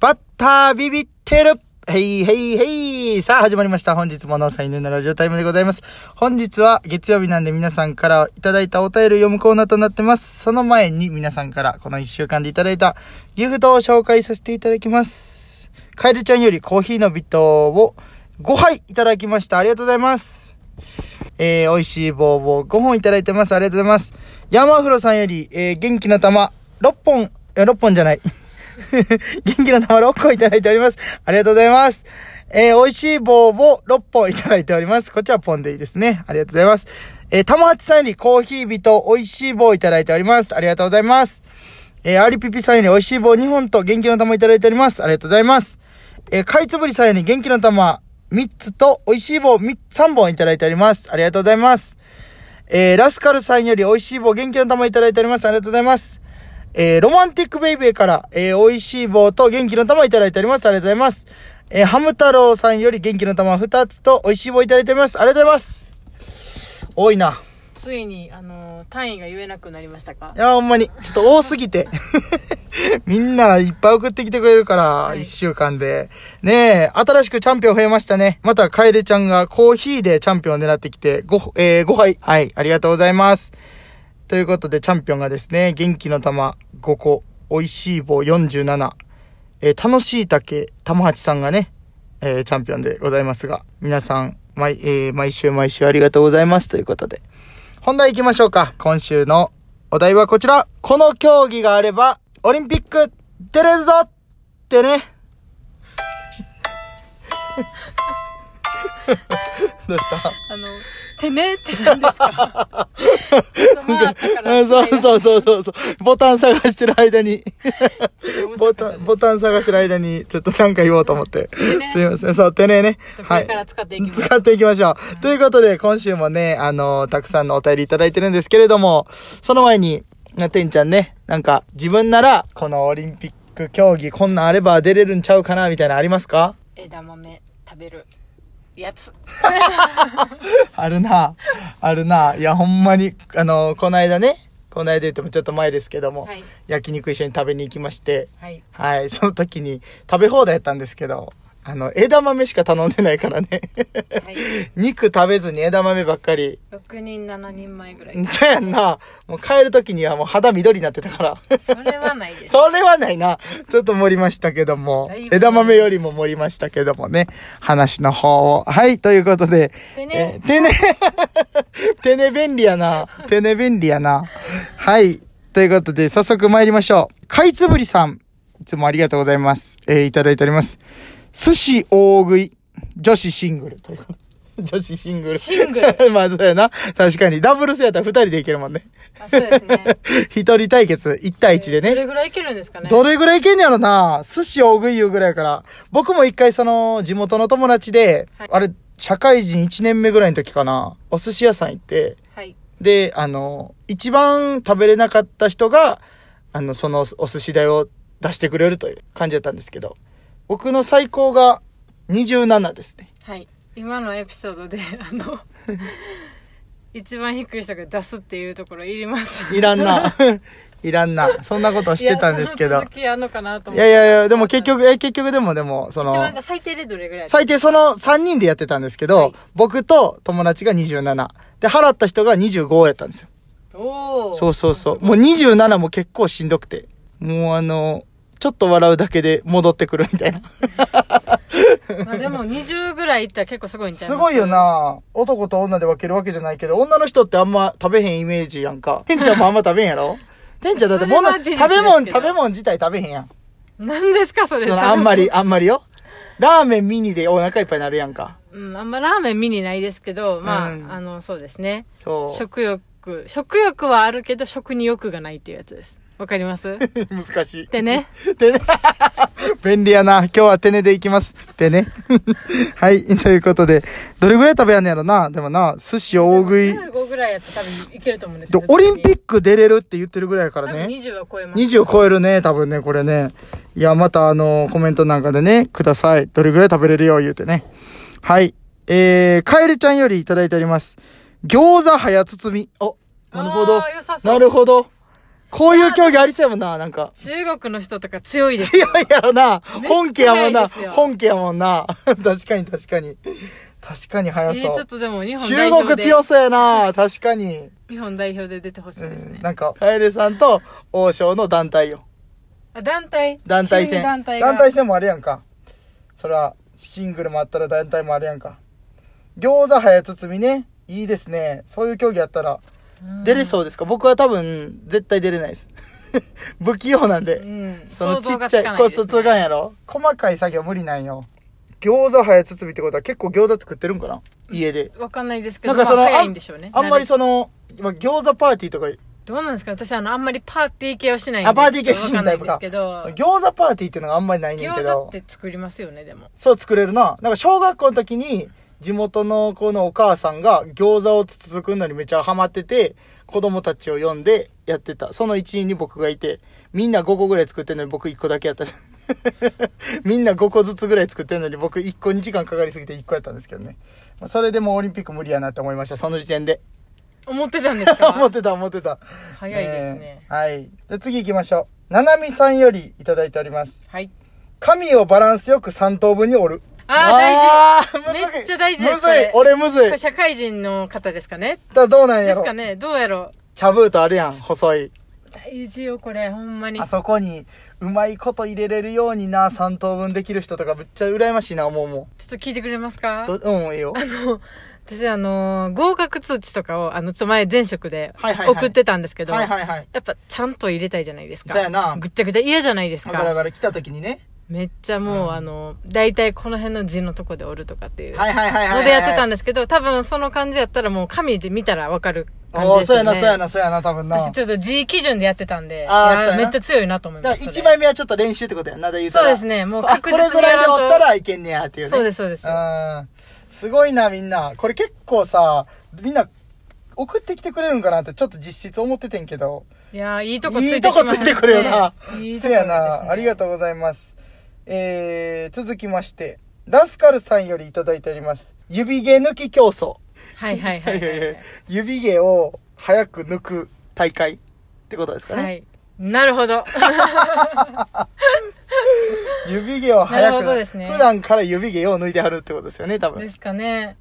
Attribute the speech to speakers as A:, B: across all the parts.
A: バッタービビってるへいへいへいさあ始まりました。本日もノーサイヌのラジオタイムでございます。本日は月曜日なんで皆さんからいただいたお便りを読むコーナーとなってます。その前に皆さんからこの1週間でいただいたギフトを紹介させていただきます。カエルちゃんよりコーヒーのビトを5杯いただきました。ありがとうございます。えー、美味しい棒棒5本いただいてます。ありがとうございます。山風呂さんより、えー、元気の玉6本、いや6本じゃない。 元気の玉6個いただいております。ありがとうございます。えー、美味しい棒を6本いただいております。こっちはポンでいいですね。ありがとうございます。えー、玉八さんよりコーヒー日と美味しい棒をいただいております。ありがとうございます。えー、アリピピさんより美味しい棒2本と元気の玉いただいております。ありがとうございます。えー、かいつぶりさんより元気の玉3つと美味しい棒3 3本いただいております。ありがとうございます。えー、ラスカルさんより美味しい棒元気の玉いただいております。ありがとうございます。えー、ロマンティックベイベーから、えー、美味しい棒と元気の玉いただいております。ありがとうございます。えー、ハム太郎さんより元気の玉2つと美味しい棒いただいております。ありがとうございます。多いな。
B: ついにあの単位が言えなくなりましたか
A: いや、ほんまに。ちょっと多すぎて。 みんないっぱい送ってきてくれるから、
B: い
A: 一週間で。ねえ、新しくチャンピオン増えましたね。また、カエルちゃんがコーヒーでチャンピオンを狙ってきて、ご、えー、5杯。はい、ありがとうございます。ということで、チャンピオンがですね、元気の玉5個、美味しい棒47、えー、楽しい竹、玉八さんがね、えー、チャンピオンでございますが、皆さん、毎、えー毎週毎週ありがとうございます。ということで。本題行きましょうか。今週のお題はこちら。この競技があれば、オリンピック出れるぞってね。どうした
B: あの「てね」ってなんですか ちょっと回ったから
A: うんそうそうそうそうそう。ボタン探してる間に、ボタン、ボ
B: タ
A: タン探してる間に、ちょっとなんか言おうと思って。
B: ね
A: すいません。そう、てねえね。
B: これから使っていきます、
A: 使っていきましょう。ということで、今週もね、あのーたくさんのお便りいただいてるんですけれども、その前に、なてんちゃんね、なんか、自分なら、このオリンピック競技、こんなんあれば出れるんちゃうかな、みたいなのありますか
B: 枝豆食べるやつ
A: あるな。あるな。いや、ほんまに、あのーこの間ね、この間言ってもちょっと前ですけども、
B: はい
A: 焼肉一緒に食べに行きまして、
B: はい
A: はい、その時に食べ放題やったんですけど、あの、枝豆しか頼んでないからね。
B: はい
A: 肉食べずに枝豆ばっかり
B: 6人7人前ぐらい
A: そうやんな。もう帰る時にはもう肌緑になってたから。
B: それはないです
A: それはないな。ちょっと盛りましたけども
B: だい。ぶ
A: 枝豆よりも盛りましたけどもね。話の方を。はい、ということで。
B: てね
A: えーてね。 てね便利やな。てね便利やな。はい。ということで、早速参りましょう。かいつぶりさん。いつもありがとうございます。えーいただいております。寿司大食い。女子シングル。ということで 女子シングル。
B: シング ル
A: まあ、そうやな。確かに。ダブルスやったら二人でいけるもんね。
B: あそうですね
A: 一人対決、一対一で
B: ど
A: ね。
B: れぐらいいけるんですかね
A: どれぐらいいけんやろな寿司大食い言うぐらいやから。僕も一回その、地元の友達で、
B: はい
A: あれ、社会人一年目ぐらいの時かな、お寿司屋さん行って、
B: はい
A: で、あの、一番食べれなかった人が、あの、そのお寿司代を出してくれるという感じだったんですけど、僕の最高が27ですね。
B: はい今のエピソードで あの一番低い人が出すっていうところいります
A: いらん な。いらんな。そんなことしてたんですけ
B: い
A: ど
B: やその。続きやんのかなと
A: い
B: 思っ
A: や
B: て
A: いやいや、でも結局、え、結局でもでも、その
B: 一、番じゃあ最低でどれぐらい
A: 最低その3人でやってたんですけど、
B: はい
A: 僕と友達が27。で、払った人が25やったんですよ。
B: おお
A: そうそうそう。もう27も結構しんどくて。もうあの、ちょっと笑うだけで戻ってくるみたい な。
B: まあでも20ぐらいいったら結構すごいんちゃい
A: す
B: ます
A: ごいよな男と女で分けるわけじゃないけど、女の人ってあんま食べへんイメージやん か。てんちゃんもあんま食べへんやろてんちゃんだって物、
B: それは事実
A: 食
B: ですけど
A: べ物、食べ物自体食べへんやん。
B: 何ですかそれ
A: そのあんまり、あんまりよ。ラーメンミニでお腹いっぱいになるやんか。
B: うんあんまラーメン見にないですけどまあ、
A: うん
B: あのそうですね
A: そう。
B: 食欲食欲はあるけど食に欲がないっていうやつですわかります
A: 難しい。
B: でね
A: でね。便利やな。今日は手根でいきます。でね。 はい。ということで、どれぐらい食べやんねやろな。でもな、寿司 大食い。
B: 15ぐらいやったら多分いけると思うんです
A: で
B: けど
A: オリンピック出れるって言ってるぐらいやか
B: 多
A: ら
B: 分
A: ね。
B: 20は超えます
A: 20を超えるね、多分ね、これね。いや、またあの、コメントなんかでね、ください。どれぐらい食べれるよ、言うてね。はい。えー、カエルちゃんよりいただいております。餃子早包み。お、なるほど
B: あー。良さそう
A: なるほど。こういう競技ありそうやもんな、なんか。
B: 中国の人とか強いです
A: 強
B: よ。
A: いやろな。本家やもん
B: め
A: な
B: っちゃ速いです。よ
A: 本家やもんな。 確かに確かに。確かに
B: え
A: 速
B: ーちょ
A: そ
B: っとでも日
A: う。
B: 本代
A: 中
B: 表
A: 国
B: で
A: 強そうやな。確かに。
B: 日本代表で出てほしいです
A: う
B: ね
A: ん。なんか、カエルさんと王将の団体よ。
B: あ団体
A: 団体
B: 急
A: 戦。
B: に団体が
A: 戦もあれやんか。そら、シングルもあったら団体もあれやんか。餃子早包みね。いいですね。そういう競技やったら。
B: うん
A: 出れそうですか僕は多分、絶対出れないです。 不器用なんで。
B: うん
A: その
B: 想
A: ち
B: 像
A: っ
B: が
A: ちゃい、
B: つかない
A: こ
B: で
A: う、
B: すね
A: そつがんやろ細かい作業無理なんよ。餃子早包みってことは結構餃子作ってるんかな家で。
B: わかんないですけ
A: な
B: ど
A: んかその、
B: まあ早
A: あ
B: いん
A: ん
B: でしょうね
A: あんまり
B: 慣れ
A: その、まあ餃子パーティーとか、
B: どうなんですか私あのあんまりパーティー系をしないんで
A: あパーティー系しないタイプか
B: わんな
A: そ
B: いで
A: の
B: す
A: 餃子パーティーっていうのがあんまりない
B: け
A: ね
B: ど
A: んけ
B: 餃子
A: ど
B: っ。て作りますよねでも
A: そう作れるな。なんか小学校の時に、地元の子のお母さんが餃子をつつくのにめちゃハマってて、子供たちを呼んでやってた。その一員に僕がいて、みんな5個ぐらい作ってんのに僕1個だけやった。 みんな5個ずつぐらい作ってんのに僕1個に時間かかりすぎて1個やったんですけどね。まあそれでもうオリンピック無理やなって思いました。その時点で。
B: 思ってたんです
A: 思っ
B: か
A: てた思ってた。
B: 早いですね
A: えはい。じゃあ次行きましょう。ななみさんよりいただいております。
B: はい
A: 髪をバランスよく3等分に折る。
B: あー
A: あー
B: 大
A: む
B: 事
A: ずい
B: めっちゃ大事で
A: む
B: す
A: ずい
B: これ
A: 俺むずい
B: これ社会人の方ですかね
A: だどうなん
B: で
A: や
B: す
A: ろ
B: かねどうやろ
A: チャブーとあるやん細いう
B: 大事よこれほんまに
A: あそこにうまいこと入れれるようにな3等分できる人とかぶっちゃ羨ましいな思うも
B: ちょっと聞いてくれますか
A: んどうんいいよ
B: あの、 私あの、合格通知とかを、あの、ちょ、前前職で
A: はいはいはい
B: 送ってたんですけど、
A: はいはいはい
B: やっぱちゃんと入れたいじゃないですか。
A: そうやな
B: ぐっちゃぐちゃ嫌じゃないです
A: だから
B: か。
A: から来た時にね
B: めっちゃもう、あの、大体この辺の字のとこで折るとかっていう
A: はいはいはいはいはいはい
B: のでやってたんですけど、多分その感じやったらもう紙で見たらわかる感じ
A: おお
B: で
A: ー
B: す
A: そうや
B: よね。
A: なそうやなそうやな多分な
B: 私
A: だ
B: ちょっと字基準でやってたんで、
A: あー
B: いや
A: そうやな
B: めっちゃ強いなと思い
A: か
B: ま
A: ら
B: す。そ
A: 1
B: れ
A: 枚目はちょっと練習ってことやんなで言うた
B: そう
A: ら
B: ですね。もう確
A: あこれ
B: 実
A: ぐ
B: にや
A: らい
B: ら
A: で
B: んと
A: 折ったらいけんねやっていうね
B: そうです、そうです。
A: うんすごいなみんなこれ結構さみんな送ってきてくれるんかなってちょっと実質思っててんけど
B: いやーいいとこつい
A: い
B: て
A: いとこついてくるよな。
B: そ
A: せやな。ありがとうございます。えー、続きまして、ラスカルさんよりいただいております。指毛抜き競争。
B: はいはいはいはいはい。
A: 指毛を早く抜く大会ってことですかね。
B: はい。なるほど。
A: 指毛を
B: な
A: 早
B: る
A: く
B: ほどですね
A: 普段から指毛を抜いてはるってことですよね、多
B: で
A: 分。
B: すかね。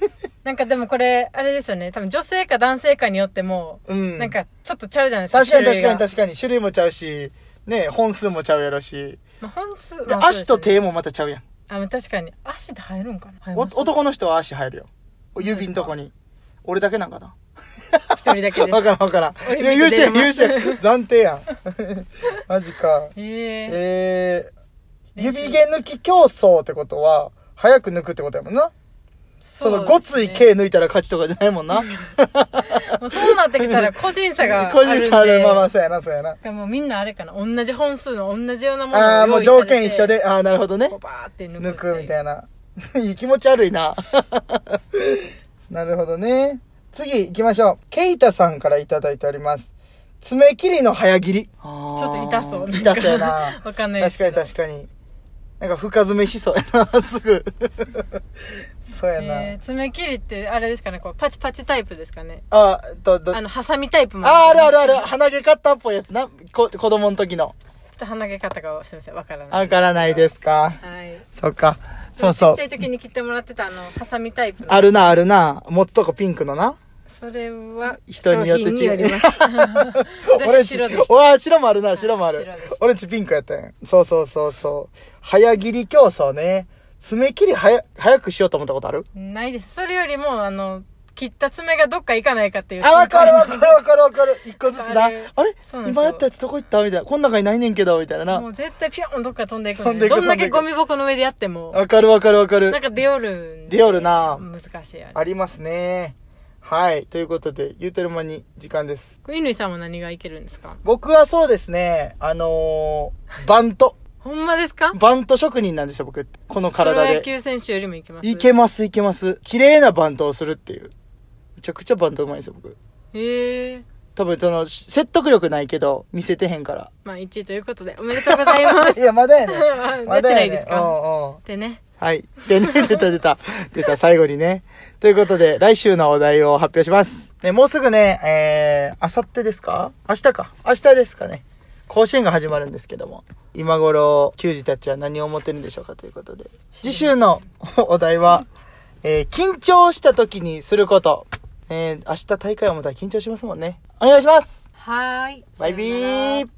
B: なんかでもこれ、あれですよね。多分女性か男性かによっても、
A: うん
B: なんかちょっとちゃうじゃないですか。
A: 確かに確
B: 種
A: か
B: 類
A: に
B: が
A: 確かに。種類もちゃうし、ね、本数もちゃうやろし。
B: まあ本数、
A: で、
B: まあ
A: 足と。
B: そうですね
A: 手もまたちゃうやん。
B: あ、まあ確かに。足で入るんかな入り
A: お
B: ます
A: 男の人は足入るよ。指のとこに。俺だけなんかな。
B: 一人だけで
A: わ
B: す。
A: からんわからん。
B: オリ
A: い
B: ン
A: や、
B: ピ
A: 優
B: ック出れ
A: 秀、
B: ます
A: 優秀。暫定やん。 マジか。
B: ええ
A: えー、
B: 練習
A: 指毛抜き競争ってことは、早く抜くってことやもんな。その、ごつい
B: 系。
A: 毛抜いたら勝ちとかじゃないもん な。
B: もうそうなってきたら個人 差があ
A: 個
B: るんで。
A: 人差ある。まあまあ、そうやな、そうやな。
B: だからもうみんなあれかな。同じ本数の同じようなものを
A: ああー、もう条
B: 用意され
A: 件
B: て
A: 一緒。で、ああ、なるほどね
B: こう。バーって抜く
A: 抜くみ
B: い
A: たいな。 いい気持ち悪いな。 なるほどね。次行きましょう。ケイタさんからいただいております。爪切りの早切り。ちょ
B: ちょっと痛そう。
A: 痛そうやな。
B: わかんないで
A: 確
B: す
A: か
B: け
A: に
B: ど。
A: 確かになんか深爪しそうやな すぐそうやな、
B: えー爪切りってあれですかねこうパチパチタイプですかね
A: あとどあ
B: あのハサミタイプも
A: ああるあるあ
B: る
A: る鼻毛カッターっぽいやつなこ子供の時の
B: ちょっと鼻毛方がすみませんわからない
A: わからないですか
B: はい
A: そっかそうそう
B: ちっちゃい時に切ってもらってたあのハサミタイプの
A: あるなあるな持つとこピンクのな
B: それは
A: 人によって違う
B: 商品より ます私白でした
A: わあ白もあるな白もある
B: 白でした
A: オレンジピンクやったんやそうそうそうそう早切り競争ね爪切り早早くしようと思ったことある
B: ないですそれよりもあの切った爪がどっか行かないかっていう
A: あ、わかるわ
B: 心
A: かるわかるわかる。一個ずつな。あ
B: あ
A: れ
B: れそうなんですよ
A: 今やったやつどこ行ったみたいな。こん中にないねんけど、みたい
B: 配
A: な
B: も。う絶対ピョンどっか飛んでいく
A: 飛んでいく
B: どんだけ
A: 飛
B: ゴ
A: んで
B: ミ箱の上でやっても
A: わかるわかるわかる
B: なん。か出よるん
A: 出
B: で
A: よるな。
B: 難しいあれ
A: ありますね。はい。ということで、言うてる間に時間です。
B: これ乾さんは何がいけるんですか
A: 僕はそうですね、あのー、バント。
B: ほんまですか
A: バント職人なんですよ、僕。この体
B: プロ野
A: で。
B: 球選手よりもいけます
A: いけます、いけます。綺麗なバントをするっていう。めちゃくちゃバントうまいんですよ、僕。
B: へえ
A: 多分、その、説得力ないけど、見せてへんから。
B: まあ1位ということでおめでとうござい ま
A: い
B: す
A: や、まだやねん。
B: や
A: ま
B: って
A: だや
B: な
A: ねん。
B: いですか
A: うんうん。
B: でね
A: はい。でね、出た出た。出た、最後にね。ということで、来週のお題を発表します。ね、もうすぐね、えー、あさってですか明日か。明日ですかね。甲子園が始まるんですけども。今頃、球児たちは何を思ってるんでしょうかということで。次週のお題は、えー、緊張した時にすること。えー、明日大会をまたら緊張しますもんね。お願いします
B: はーい
A: バイビ
B: さよなら
A: ー